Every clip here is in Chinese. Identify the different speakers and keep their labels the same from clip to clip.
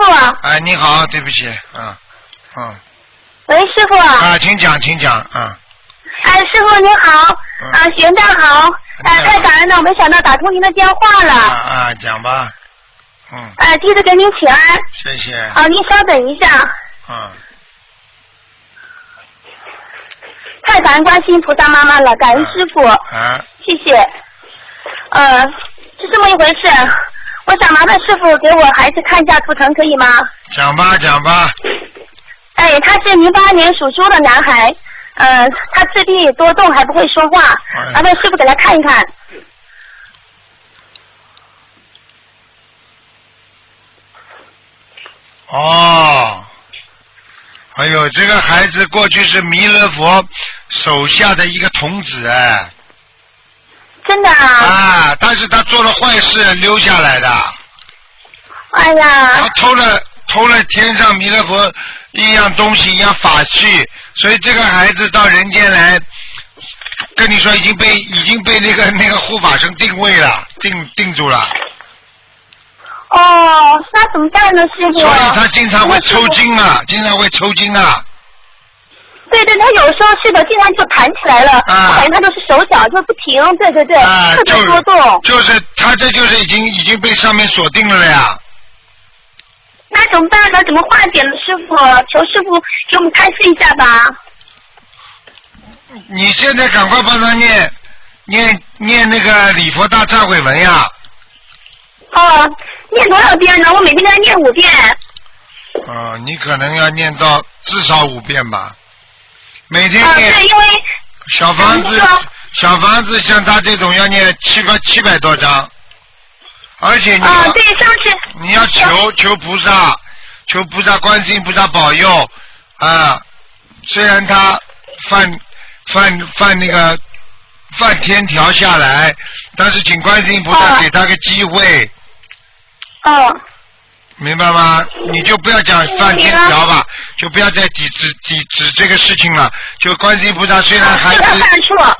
Speaker 1: 傅啊，
Speaker 2: 哎，你好，对不起，嗯嗯，
Speaker 1: 喂，师傅啊。
Speaker 2: 啊，请讲，请讲，啊，
Speaker 1: 哎，师傅您好，
Speaker 2: 嗯
Speaker 1: 啊，玄大好，哎，太感恩了，我没想到打通您的电话
Speaker 2: 啊
Speaker 1: 了，
Speaker 2: 啊，讲吧，嗯，
Speaker 1: 哎，弟子给您请安，
Speaker 2: 谢谢，
Speaker 1: 好，您稍等一下，
Speaker 2: 嗯，
Speaker 1: 太感恩观世音菩萨妈妈了，
Speaker 2: 嗯
Speaker 1: 感恩师傅，
Speaker 2: 啊，
Speaker 1: 谢谢，呃，是这么一回事，我想麻烦师傅给我孩子看一下图腾，可以吗？
Speaker 2: 讲吧，讲吧，
Speaker 1: 哎，他是零八年属猪的男孩，呃，他自闭多动，还不会说话
Speaker 2: 哎，
Speaker 1: 麻烦师傅给他看一看。
Speaker 2: 哦，哎呦，这个孩子过去是弥勒佛手下的一个童子，哎，
Speaker 1: 真的啊，
Speaker 2: 啊，但是他做了坏事溜下来的，
Speaker 1: 哎呀
Speaker 2: 他，偷了偷了天上弥勒佛一样东西，一样法器，所以这个孩子到人间来，跟你说已经被已经被那个那个护法神定位了，定定住了，
Speaker 1: 哦，那怎么办呢，师傅？
Speaker 2: 所以他经常会抽
Speaker 1: 那师
Speaker 2: 筋啊，经常会抽筋啊，
Speaker 1: 傅。对对，他有时候是的，经常就弹起来了，
Speaker 2: 啊
Speaker 1: 我感觉他就是手脚就不停，对对对，
Speaker 2: 啊，
Speaker 1: 特别
Speaker 2: 就
Speaker 1: 多动。
Speaker 2: 就是他这就是已经已经被上面锁定了呀。
Speaker 1: 那怎么办呢？怎么化解呢，师傅？求师傅给我们开示一下吧。
Speaker 2: 你现在赶快帮他念念念那个礼佛大忏悔文呀，
Speaker 1: 哦，念多少遍呢？我每天给他念五遍。
Speaker 2: 啊、你可能要念到至少五遍吧，每天
Speaker 1: 啊，
Speaker 2: 念。
Speaker 1: 对，因为
Speaker 2: 小房
Speaker 1: 您
Speaker 2: 子
Speaker 1: 说，
Speaker 2: 小房子像他这种要念七百七百多张，而且你要、
Speaker 1: 啊、对上次
Speaker 2: 你要求求菩萨，求菩萨观世音菩萨保佑啊！虽然他犯犯犯那个犯天条下来，但是请观世音菩萨
Speaker 1: 啊
Speaker 2: 给他个机会，
Speaker 1: 哦，
Speaker 2: 明白吗？你就不要讲犯天条吧，就不要再指指指指这个事情了。就观世音菩萨虽然孩
Speaker 1: 就他
Speaker 2: 子
Speaker 1: 犯错。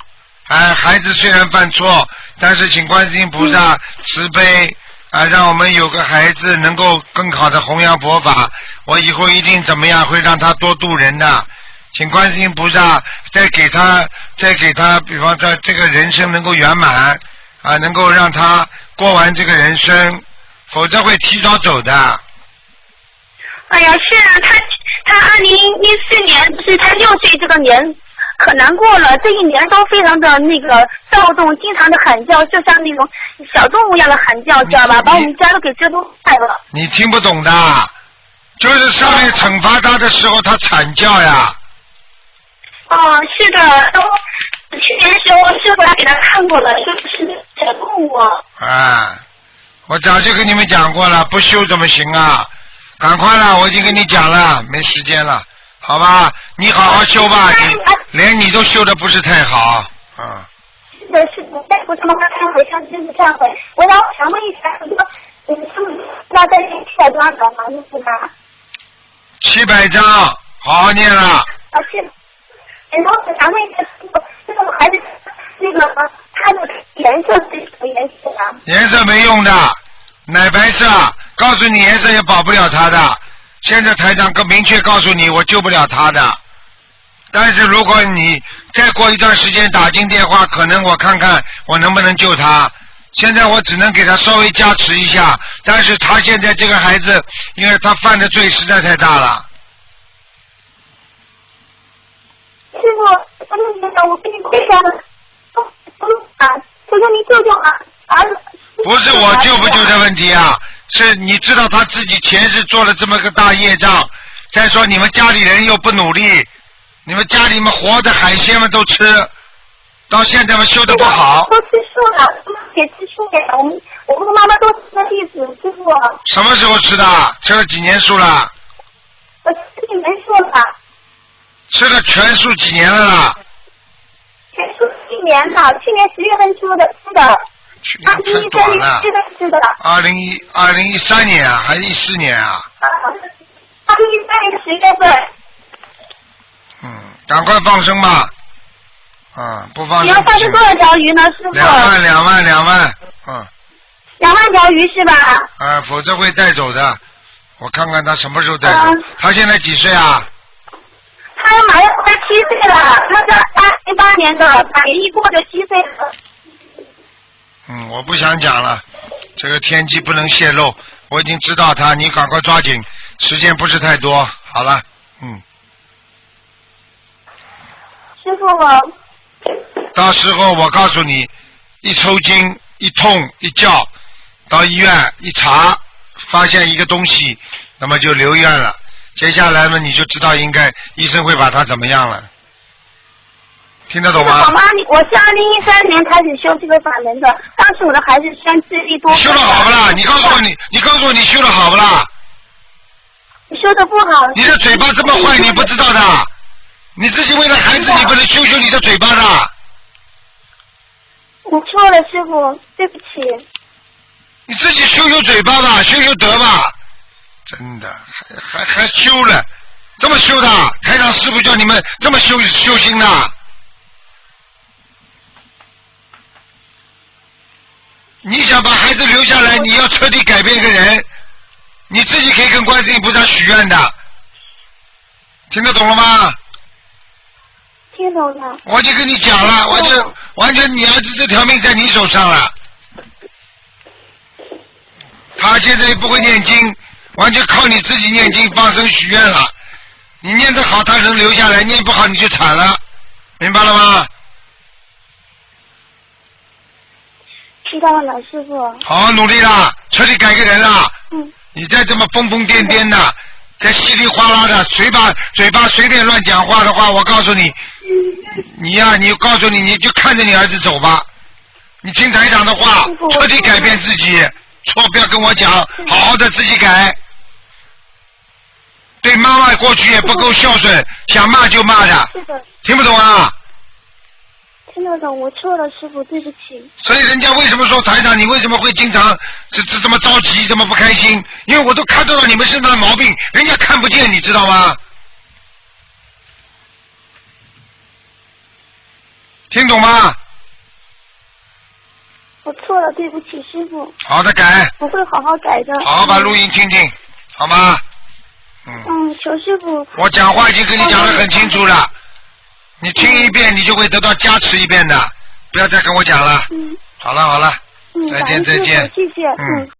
Speaker 2: 哎，孩子虽然犯错，但是请观世音菩萨慈悲啊、让我们有个孩子能够更好的弘扬佛法。我以后一定怎么样，会让他多度人的。请观世音菩萨再给他，再给他，比方说这个人生能够圆满啊，能够让他过完这个人生，否则会提早走的。
Speaker 1: 哎呀，是啊，他他二零一四年不是他六岁这个年可难过了，这一年都非常的那个躁动，经常的喊叫，就像那种小动物一样的喊叫，知道吧？把我们家都给折腾坏了。
Speaker 2: 你听不懂的，就是上面惩罚他的时候，他惨叫呀。
Speaker 1: 哦，是的，都去年的时候师傅来给他看过了，说是小动物。
Speaker 2: 啊，我早就跟你们讲过了，不修怎么行啊？赶快啦，我已经跟你讲了，没时间了，好吧？你好好修吧，你连你都修的不是太好，啊，
Speaker 1: 是的，是的，大夫他们他忏悔，向师傅忏悔。我让我想问一下，你说，嗯，他们那在这块多少小房子是吧？
Speaker 2: 七百章，好好念了。
Speaker 1: 啊是，然后我想问一下，这个这个孩子那个啊他的颜色是什么颜色啊？
Speaker 2: 颜色没用的，奶白色，告诉你颜色也保不了他的。现在台长更明确告诉你，我救不了他的。但是如果你再过一段时间打进电话，可能我看看我能不能救他。现在我只能给他稍微加持一下，但是他现在这个孩子，因为他犯的罪实在太大了。
Speaker 1: 师傅，我那个我给你跪下了，不不啊，求求你救救俺儿子。
Speaker 2: 不是我救不救的问题啊，是你知道他自己前世做了这么个大业障，再说你们家里人又不努力，你们家里面活的海鲜们都吃，到现在嘛修的不好
Speaker 1: 都，吃素了，他们也吃素了。我们我和妈妈都是个弟子，师傅，呃我
Speaker 2: 什么时候吃的？吃了几年素了？
Speaker 1: 吃你们说了，
Speaker 2: 吃了全素几年了啦？
Speaker 1: 全是去年的，去年十月份说的，是的，
Speaker 2: 去
Speaker 1: 二
Speaker 2: 年
Speaker 1: 零
Speaker 2: 太
Speaker 1: 一三
Speaker 2: 短
Speaker 1: 年
Speaker 2: 了
Speaker 1: 是，的，是的。啊
Speaker 2: 二零一二零一三年啊，还是一四年啊？
Speaker 1: 二零一三年十月份，
Speaker 2: 嗯，赶快放生吧，啊，不放
Speaker 1: 你
Speaker 2: 生
Speaker 1: 要
Speaker 2: 不
Speaker 1: 放
Speaker 2: 行
Speaker 1: 生多少条鱼呢，师傅？
Speaker 2: 两万两万两万，嗯。
Speaker 1: 两万条鱼是吧？
Speaker 2: 啊，否则会带走的。我看看他什么时候带走。
Speaker 1: 嗯
Speaker 2: 他现在几岁啊？
Speaker 1: 他马上快七岁了，他是八零八年的，马一过的七岁了。
Speaker 2: 嗯，我不想讲了，这个天机不能泄露。我已经知道他，你赶快抓紧，时间不是太多。好了，嗯，
Speaker 1: 师傅，我
Speaker 2: 到时候我告诉你，一抽筋、一痛、一叫，到医院一查，发现一个东西，那么就留院了。接下来嘛，你就知道应该医生会把他怎么样了。听得懂吗？
Speaker 1: 我妈，我是二零一三年开始修这个法门的，当时我的孩子虽然智力多，
Speaker 2: 你修的好不啦？你告诉我你，你告诉我你修的好不啦？
Speaker 1: 修的不好。
Speaker 2: 你的嘴巴这么坏，你不知道的？你自己为了孩子，你不能修修你的嘴巴的？
Speaker 1: 我错了，师傅，对不起。
Speaker 2: 你自己修修嘴巴吧，修修德吧。真的，还还还修了，这么修的？台长师傅叫你们这么修修心的？你想把孩子留下来，你要彻底改变一个人，你自己可以跟观世音菩萨许愿的，听得懂了吗？
Speaker 1: 听懂了，
Speaker 2: 我就跟你讲了，完全完全你儿子这条命在你手上了。他现在又不会念经，完全靠你自己念经放生许愿了。你念得好，他能留下来；念不好，你就惨了。明白了吗？
Speaker 1: 知道了，师傅。
Speaker 2: 好好努力啦，彻底改个人啦！
Speaker 1: 嗯，
Speaker 2: 你再这么疯疯癫癫的，再稀里哗啦的，嘴巴嘴巴随便乱讲话的话，我告诉你，你呀、你告诉你，你就看着你儿子走吧。你听台长的话
Speaker 1: 师傅，我嗯
Speaker 2: 彻底改变自己，错不要跟我讲，好好的自己改。对妈妈过去也不够孝顺，想骂就骂的，
Speaker 1: 是的，
Speaker 2: 听不懂啊？
Speaker 1: 听得懂，我错了，师傅，对不起。
Speaker 2: 所以人家为什么说台长，你为什么会经常这这这么着急，这么不开心？因为我都看得到你们身上的毛病，人家看不见，你知道吗？听懂吗？
Speaker 1: 我错了，对不起，师傅，
Speaker 2: 好的，改，
Speaker 1: 我会好好改的。
Speaker 2: 好好把录音听听，好吗？嗯，
Speaker 1: 嗯，求师傅。
Speaker 2: 我讲话已经跟你讲得很清楚了，你听一遍，你就会得到加持一遍的，不要再跟我讲了。
Speaker 1: 嗯
Speaker 2: 好了好了，
Speaker 1: 嗯，
Speaker 2: 再
Speaker 1: 感
Speaker 2: 见
Speaker 1: 恩
Speaker 2: 再
Speaker 1: 师傅
Speaker 2: 见
Speaker 1: 谢谢。
Speaker 2: 嗯
Speaker 1: 嗯。